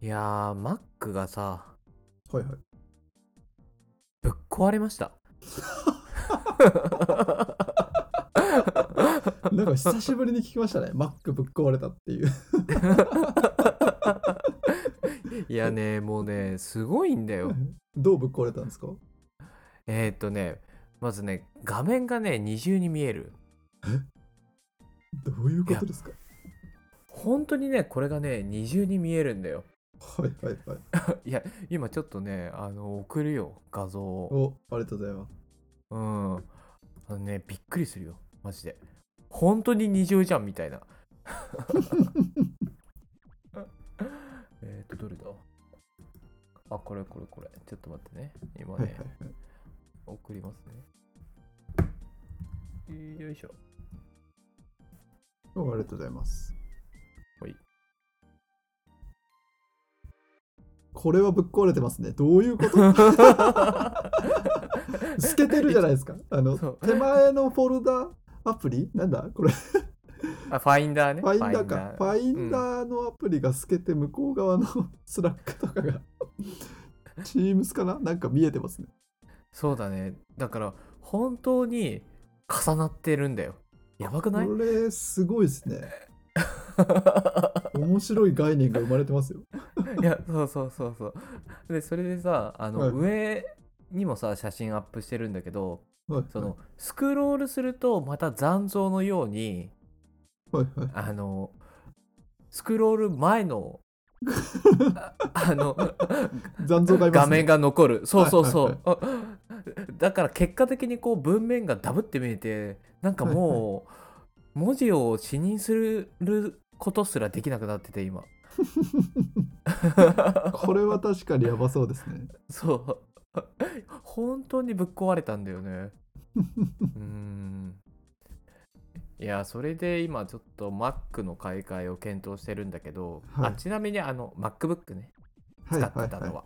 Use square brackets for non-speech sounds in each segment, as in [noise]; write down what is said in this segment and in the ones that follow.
いやー、Mac がさ、はいはい。ぶっ壊れました。なんか久しぶりに聞きましたね。Mac ぶっ壊れたっていう。いやね、もうね、すごいんだよ。どうぶっ壊れたんですかえーっとね、まずね、画面がね、二重に見える。どういうことですか本当にね、これがね、二重に見えるんだよ。はいはいはい。いや、今ちょっとね、あの、送るよ、画像を。お、ありがとうございます。うん。あのね、びっくりするよ、マジで。本当に二重じゃん、みたいな。えーっと、どれだあ、これこれこれ。ちょっと待ってね。今はいはいねは、い。送りますね。よいしょ。お、ありがとうございます。ほい。これはぶっ壊れてますね。どういう [laughs] こと透けてるじゃないですか。あの、そう手前のフォルダアプリなんだこれ。フあ、ファインダーね。ァインダーか。ファインー。ダーのアプリが透けて、向こう側の [laughs] スラックとかが、Teams かななんか見えてますね。そうだね。だから、本当に重なってるんだよ。やばくないこれ、すごいですね。面白い概念が生まれてますよ。いや、そうそうそうそう。で、それでさ、あの、はい上にもさ、写真アップしてるんだけど、はい、その、スクロールすると、また残像のように、はいはい。あの、スクロール前 [laughs] の、ああの、残像がいま画す、ね。面が残るそうそうそはう、だから結果的にこう文面がダブって見えてなんかもう文字を視認することすらできなくなってて今これは確かにやばそうですね。そう [laughs] 本当にぶっ壊れたんだよ [laughs] ねうーんいやそれで今ちょっと Mac の買い替えを検討してるんだけど、はいあちなみにあの MacBook ねはい使はってたのは。いはい。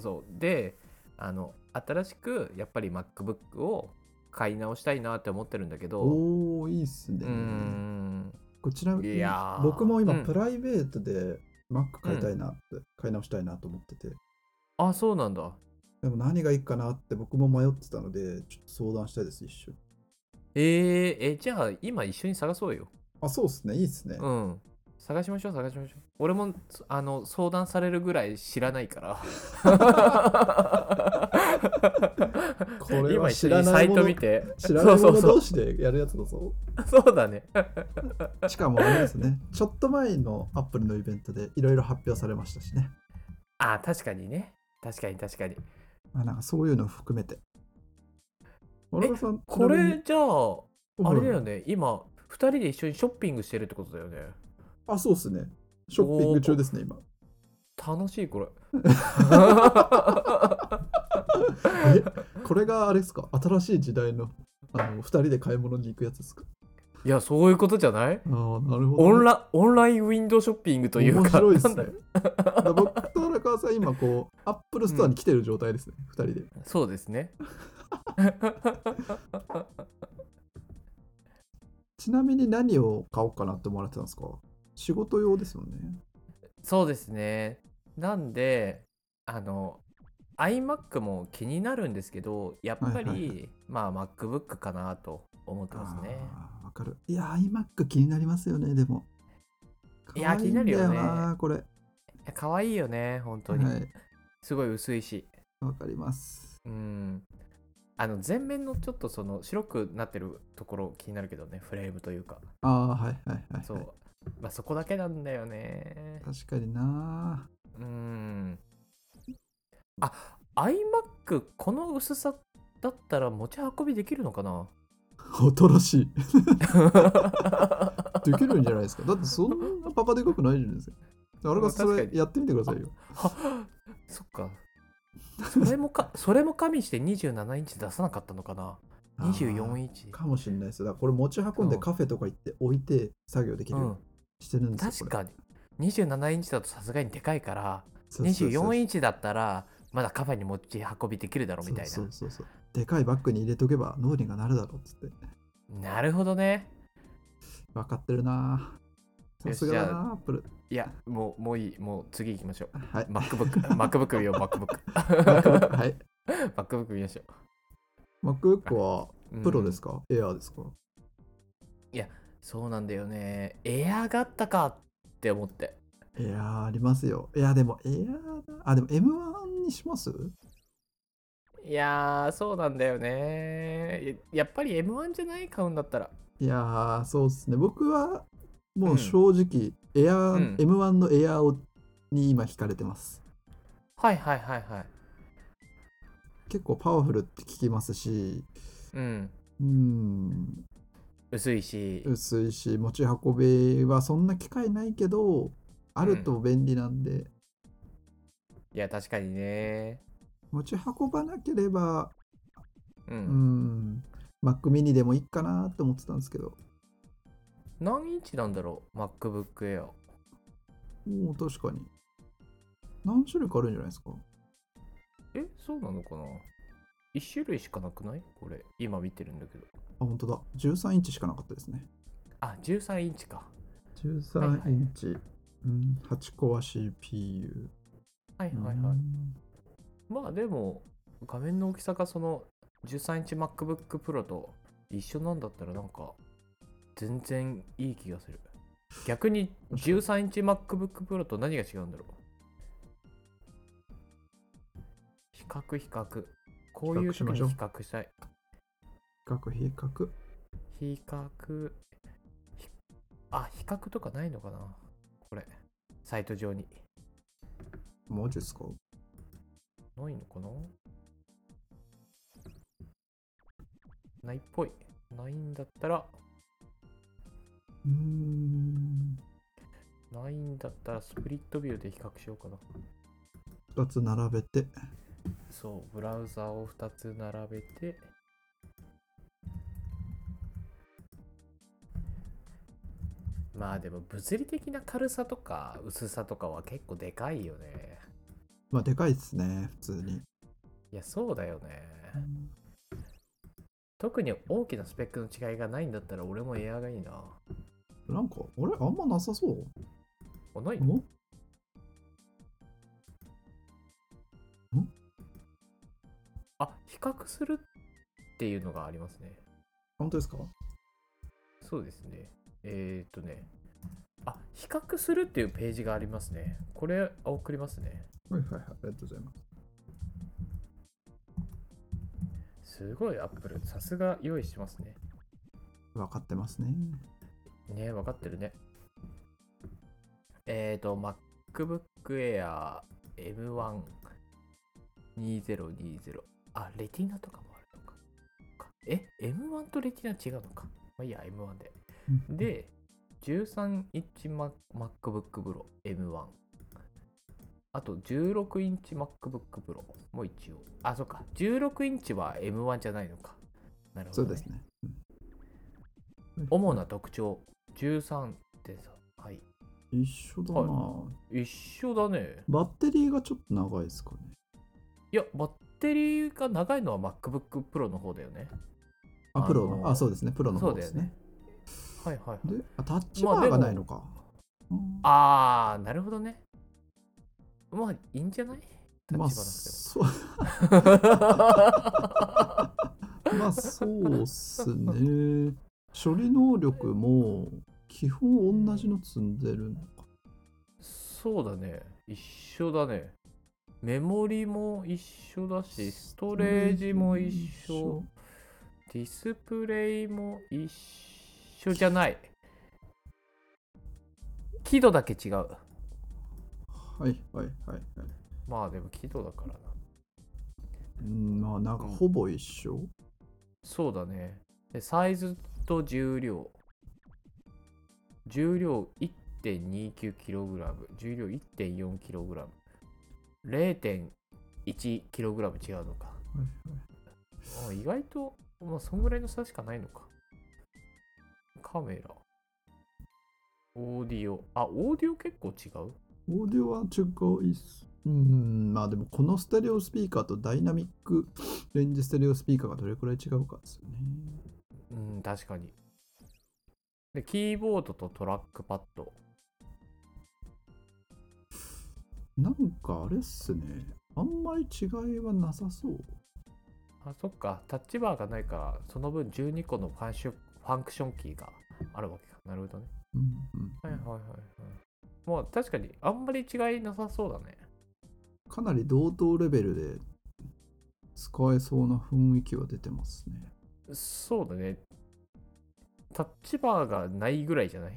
そうであの新しくやっぱり MacBook を買い直したいなって思ってるんだけどおおいいっすうねー。んこちらいやー僕も今うんプライベートで Mac 買いたいなって、買い直したいなと思ってて、あそうなんだでも何がいいかなって僕も迷ってたので、ちょっと相談したいです、一緒に。えー、えじゃあ今一緒に探そうよあ、そうっすね、いいっすね。うん探しましょう探しましょう俺もあの相談されるぐらい知らないからこれ今は一知緒らになサいイもトの見て知らないそもうのそう同士でやるやつだぞ。そうそうだねしかもあれですね、ちょっと前の Apple のイベントでいろいろ発表されましたしね。あ確かにね確かに確かにまあ、なんかそういうのを含めて。小野さんこれじゃああれだよね。ね、今、2人で一緒にショッピングしてるってことだよね。あ、そうっすね。ショッピング中ですね、今。楽しい、これ。えこれがあれですか新しい時代のあの2人で買い物に行くやつですかいや、そういうことじゃないああ、なるほど、オンラオンラインウィンドウショッピングという面か、白いですなんだねろ。だから [laughs] 僕と荒川さん、今こう、アップルストアに来てる状態ですね、二2人で。うそうですね。ちなみに何を買おうかなって思われてたんですか仕事用ですよね。そうですね。なんで、あの、iMac も気になるんですけど、やっぱり、はいはいまあ、MacBook かなと思ってますね。あーわかる。いやー、iMac 気になりますよね、でも。いやー可愛んだ気になるよこれ。いや可愛いよね、本当に。はい、すごい薄いし。わかります。うん。あの前面のちょっとその白くなってるところ気になるけどねフレームというかああ、はいはいはい、はい。そうまあそこだけなんだよね確かになうんあ iMac この薄さだったら持ち運びできるのかなー。[laughs] 新しい。できるんじゃないですか。だってそんなパパでかくないじゃないですか。あれがそ確れかにやってみてくださいよ。そっかそれもか [laughs] それも加味して27インチ出さなかったのかな24イインチかもしれないですよ。だからこれ持ち運んでカフェとか行って置いて作業できるうようんにしてるんです確かに27インチだとさすがにでかいからに24インインチだったらまだカフェに持ち運びできるだろうみたいそうそうそうそう。でかいバッグに入れとけば脳にがなるだろうっつって。ななるほどね分かってるなさすがだな、アップル。いや、もう、もういい。もう次行きましょう。はい。 [laughs] MacBook、MacBook 見よう、MacBook。 MacBook はい。 [laughs] MacBook 見ましょ MacBook はう。プロですかか、エアーですかそうなんだよね。エアーがあったかって思って。エアーありますよ。いや、でもエアーだ。あ、でも M1 にしますいやー、そうなんだよね。ややっぱり M1 じゃない買うんだったら。いやー、そうっすね。僕はもんう正直、エアー、うん M1 のエアーをに今惹かれてます。はいはいはいはい。結構パワフルって聞きますし、うん。うーん、薄いし。薄いし、持ち運びはそんな機会ないけど、あると便利なんで、いや、確かにね。持ち運ばなければ、う。うんん、Mac mini でもいいかなと思ってたんですけど、何インチなんだろう ?MacBook Air。もう確かに。何種類かあるんじゃないですかえ、そうなのかな ?1 種類しかなくないこれ。今見てるんだけど。あ、本当だ。13インチしかなかったですね。あ、13インチか。はいは13いインチ。うん、8コア CPU。はいはいはい。うんまあでも、画面の大きさがその13インチ MacBook Pro と一緒なんだったらなんか、全然いい気がする。逆に13インチ MacBook Pro と何が違うんだろう比較比較。こういう時に比比較しましょう較したい。比較、比較。比較。ひあ、比較とかないのかなこれ。サイト上に。文字ですかないのかなないっぽい。ないんだったら、うーん。ないんだったらスプリットビューで比較しようかな。 2つ並べて。そう、ブラウザを2つ並べて、まあでも物理的な軽さとか薄さとかは結構でかいよね。まあ、でかいですね、普通に。いや、そうだよね。特に大きなスペックの違いがないんだったら俺もエアがいいな。なんか、あれあんまなさそうあ、ないのんあ、比較するっていうのがありますね。本当ですかそうですね。えー、っとね。あ、比較するっていうページがありますね。これ送りますね。はいはいはい、ありがとうございます。すごいアップル。さすが用意してますね。分かってますね。ね分かってるね。えー、と、MacBook Air M12020。あ、レティナとかもあるのか。かえ、M1 とレティナ違うのか。まあいいや、M1 で。で、13インチ Mac- MacBook Pro M1。あと、16インチ MacBook Pro も一応。あ、そっか。16インチは M1 じゃないのか。なるほど、ね。そうですね。主な特徴13点差はい一緒だな、一緒だねバッテリーがちょっと長いですかね。いやバッテリーが長いのは MacBookPro の方だよねあ、プあロの。のあ、そうですね。プロのそ方うでだよすねね。はいはいはいで、あタッチバーがないのか。うんああなるほどねまあいいんじゃない立まあ、花さそう、 [laughs] まあ、そうっすね。処理能力も基本同じの積んでるのか。そうだね一緒だねメモリも一緒だしストレージも一緒。ディスプレイも一緒じゃない輝度だけ違うはいはいはいはい。まあでも輝度だからなうん、まあ、なんかほぼ一緒。そうだね。でサイズと重量。重量 1.29kg。重量 1.4kg。0.1kg 違うのか。はいはいあ意外と、まあ、そんぐらいの差しかないのか。カメラ。オーディオ。あ、オーディオ結構違うオーディオは違いっす。うん、まあでもこのステレオスピーカーとダイナミックレンジステレオスピーカーがどれくらい違うかですよね。うん、確かに。で、キーボードとトラックパッド。なんかあれっすね。あんまり違いはなさそう。あ、そっか。タッチバーがないから、その分12個のファンショファンクションキーがあるわけか。なるほどね。うんうんはいはいはいはい。まあ確かに、あんまり違いなさそうだね。かなり同等レベルで使えそうな雰囲気は出てます [laughs] ね。そうだね。タッチバーがないぐらいじゃない、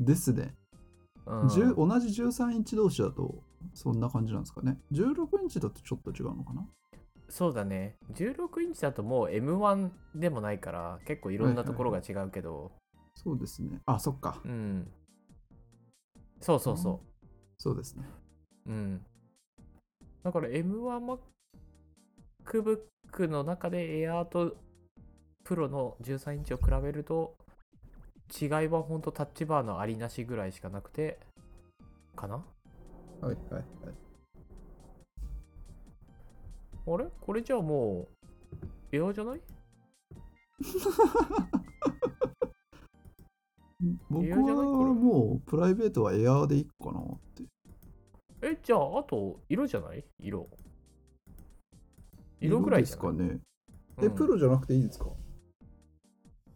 ですね。うん、 10同じ13インチ同士だとそんな感じなんですかね。16インチだとちょっと違うのかなそうだね。16インチだともう M1 でもないから、結構いろんなところが違うけど、そうですね。あ、そっか。うん。そうそうそう。そうですね。うん。だから M1MacBook の中で Air と Pro の13インチを比べると違いはほんとタッチバーのありなしぐらいしかなくてかなはいはいはい。あれこれじゃあもう Air じゃない僕エアじゃないはこれもうプライベートはエアーでいいかなって。えじゃああと色じゃない色色ぐらいでじゃすないかね。うえ、んプロじゃなくていいんですか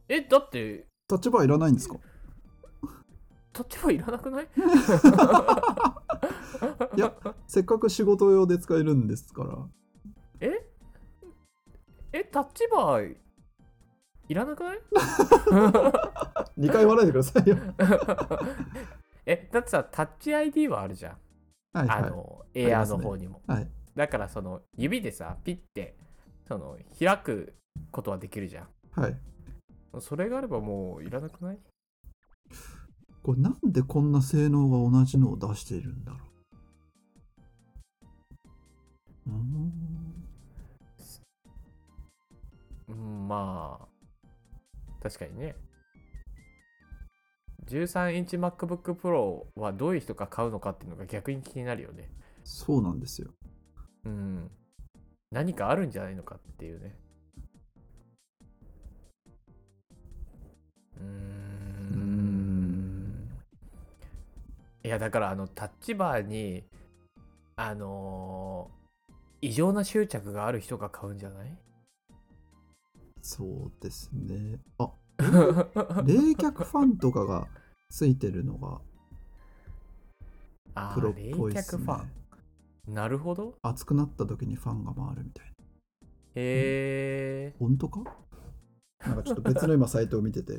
えだってタッチバーいらないんですかタッチバーいらなくないいや、せっかく仕事用で使えるんですから。えタッチバーいらなくない2回笑わないでくだ [laughs] さいよ。えだってさタッチ ID はあるじゃん、はいはあい。のりエアまーすねの方にも、はいだからその指でさピッてその開くことはできるじゃはい。んそれがあればもういらなくないこれなんでこんな性能が同じのを出しているんだろう。うーんうんまあ確かにね13インチ MacBookPro はどういう人が買うのかっていうのが逆に気になるよねそうなんですよ。うん何かあるんじゃないのかっていうねうーうーんんいやだからあのタッチバーにあのー異常な執着がある人が買うんじゃないそうですね。 [laughs] あ冷却ファンとかがついてるのがあプロっーぽい冷です却ねフ。ァンなるほど熱くなった時にファンが回るみたいな。へえ本当かなんかちょっと別の今サイトを見てて。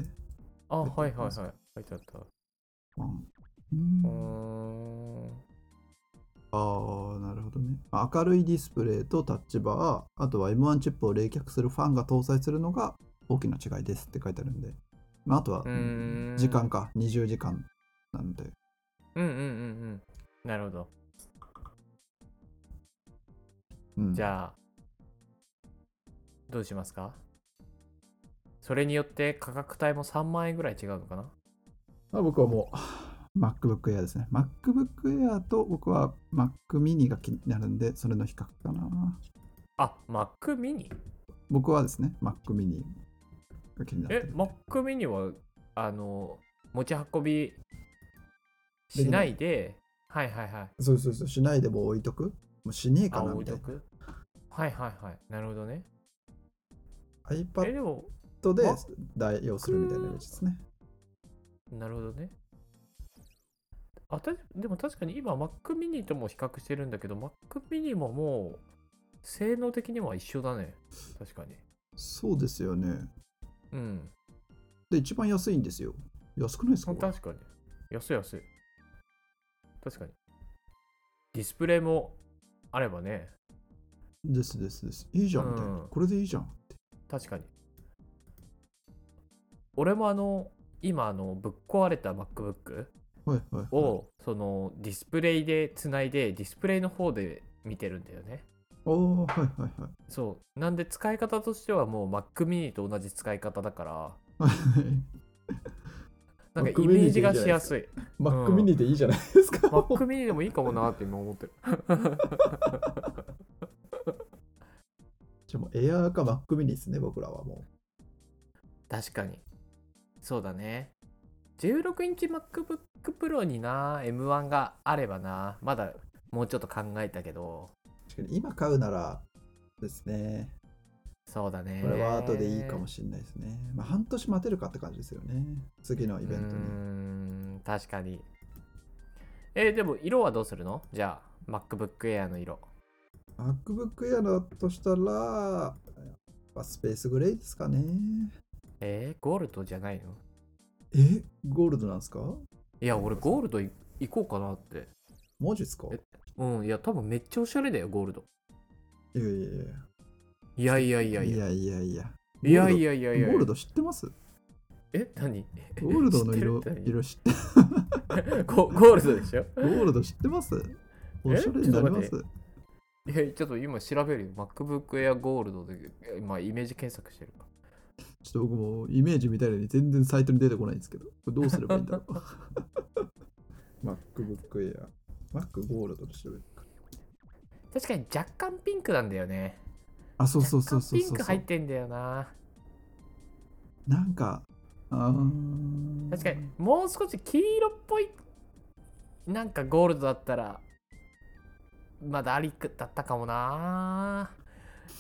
あはいはいはい書いてあったファンううーーんんああ、なるほどね。まあ明るいディスプレイとタッチバー、あとは M1 チップを冷却するファンが搭載するのが大きな違いですって書いてあるんで、まあ、あとはうーん時間か、20時間なんで、うんうんうんうんなるほどうん、じゃあ、どうしますかそれによって価格帯も3万円ぐらい違うのかなまあ僕はもう MacBook Air ですね。MacBook Air と僕は Mac mini が気になるんで、それの比較かな。あ、Mac mini? 僕はですね、Mac mini が気になってえる、。 Mac mini は、あの、持ち運びしないで、はいはいはい。そうそうそう、しないでもう置いとくもうしねえかあ、な置いみたいとな。くはいはいはい。なるほどね。え、 iPad でも、でま代用するみたいなイメージですね。なるほどね。あたでも確かに今 Mac mini とも比較してるんだけど Mac mini ももう性能的には一緒だね確かにそうですよね。うんで、一番安いんですよ。安くないですかうん確かに。安い安い。確かに。ディスプレイもあればね、ですですです。いいじゃんみたいな。うんこれでいいじゃん。確かに。俺もあの、今あの、ぶっ壊れた MacBook はいはい、はい。を、そのディスプレイでつないで、ディスプレイの方で見てるんだよね。おーはいはいはい。そう。なんで使い方としてはもう Mac mini と同じ使い方だから、 [laughs] なんか Mac イ mini メージがしやすい。 Mac mini でいいじゃないですか。 Mac mini でもいいかもなって今思ってる。 [laughs] じゃあもうエアーか Mac mini ですね、僕らはも確かにそうだね16インチ MacBook Pro にな M1 があればなまだもうちょっと考えたけど確かに今買うならですねそうだねこれは後でいいかもしれないですね、まあ、半年待てるかって感じですよね次のイベントうーにん確かにえーでも色はどうするのじゃあ MacBook Air の色 MacBook Air だとしたらやっぱスペースグレーですかねえーゴールドじゃないのえゴールドなんですかいや俺ゴールドい行こうかなってマジですかえうんいや多分めっちゃおしゃれだよゴールドいやいいやいやいややいいややいやいやいやいいやいやいややゴールド知ってますえ何ゴールドの色知ってる色知って何 [laughs] ゴゴールドでしょゴールド知ってますおしゃれになりまちょすいやちょっと今調べるよ MacBook Air ゴールドで今イメージ検索してるちょっと僕もイメージみたいのに全然サイトに出てこないんですけど、これどうすればいいんだろう。MacBook Air。Mac ゴールドで調べる。確かに若干ピンクなんだよねあ、そうそうそう若干そうそうピンク入ってんだよななんか、あー確かに。もう少し黄色っぽいなんかゴールドだったらまだありだったかもな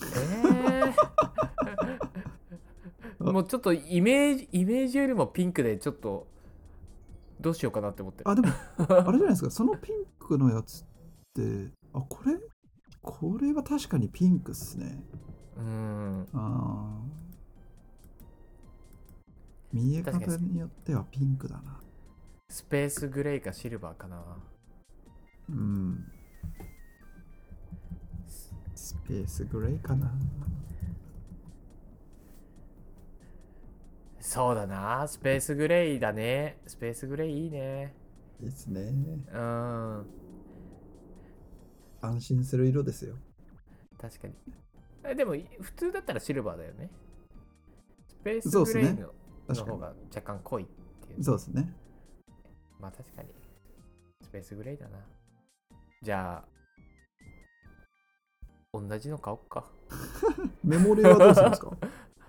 ええもうちょっとイメージイメージよりもピンクでちょっとどうしようかなって思ってるあ、でも、あれじゃないですか、そのピンクのやつって、あ、これこれは確かにピンクっすね。うんあー見え方確かによってはピンクだな。スペースグレーかシルバーかなうん。スペースグレーかな。そうだなスペースグレーだねスペースグレーいいねですね。うん安心する色ですよ。確かにえでもい普通だったらシルバーだよねスペースそうっグすレねーの,、の確か方に。が若干濃いっていうそうですね。まあ確かにスペースグレーだなじゃあ同じの買おっか [laughs] メモリはどうするん [laughs] ですか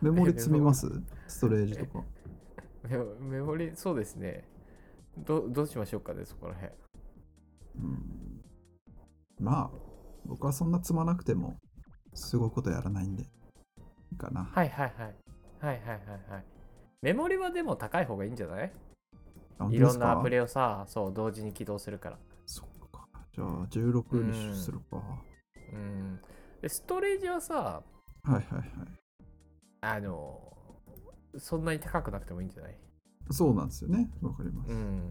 メモリ積みますストレージとか。メモメモリそうですねどどうしましょうかねそこら辺うん、まあ、僕はそんな積まなくても、すごいことやらないんで、いいかな。はいはいはいはいはいはいはいメモリはでも高い方がいいんじゃないあ本い当でろすんかなアプリをさそう同時に起動するからそっか。じゃあ、16にするか。うんでストレージはさはいはいはい。あのそんなに高くなくてもいいんじゃないそうなんですよね。わかります。うん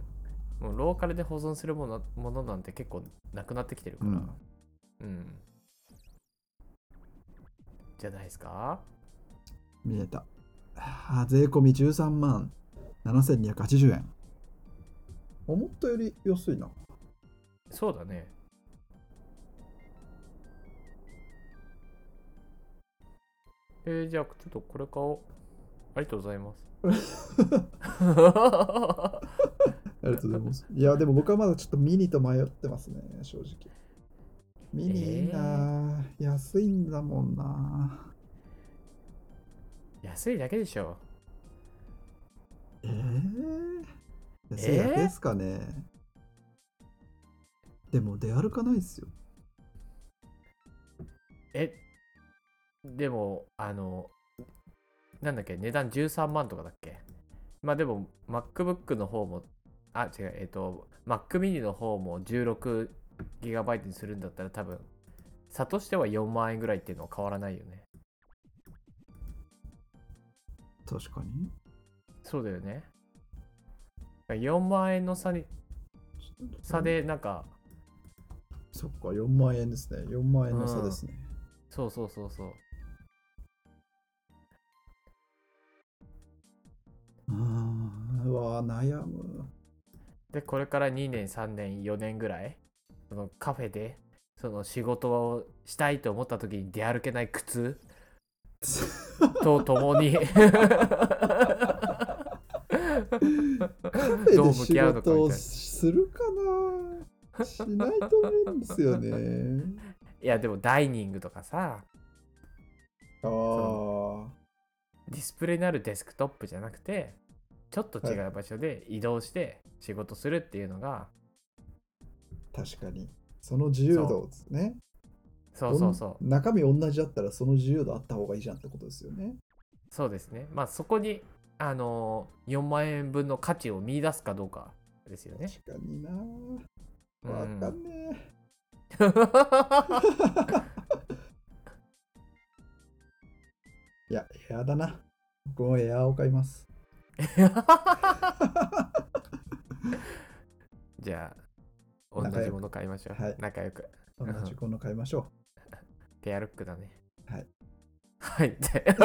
もうローカルで保存するものものなんて結構なくなってきてるかうらん。うん、じゃないですか見えた。はあ、税込み13万7280円。思ったより安いな。そうだねえー、じゃあちょっとこれ買おうありがとうござい [laughs] ます [laughs] ありがとうございます。いや、でも僕はまだちょっとミニと迷ってますね、正直。ミニいいな、ぁ安いんだもんなぁ安いだけでしょええ安いだけですかね、でも出歩かないですよ。えでもあのなんだっけ値段13万とかだっけまあでも MacBook の方もあ違うえっ、と Mac mini の方も 16GB にするんだったら多分差としては4万円ぐらいっていうのは変わらないよね確かに。そうだよね4万円の差に差。でなんかそっか、4万円ですね。4万円の差ですね。そうそうそうそううーん、うわぁ悩む。でこれから2年3年4年ぐらいそのカフェでその仕事をしたいと思った時に出歩けない苦痛とともに [laughs] カフェどうで向仕き合うのかみたいな事をするかなぁしないと思うんですよ [laughs] ね。いやでもダイニングとかさああ。ディスプレイのあるデスクトップじゃなくてちょっと違う場所で移動して仕事するっていうのが、確かに。その自由度ですね。そうそうそおん中身同じだったらその自由度あった方がいいじゃんってことですよね。うそうですねまあそこにあのー4万円分の価値を見出すかどうかですよね確かにな。うんわかんねえ。いや、エアーだな。僕もエアーを買います。 [laughs] じゃあ仲同良くじもの買いましょうはい仲良く同じこの買いましょペアルックだねはいはいってう。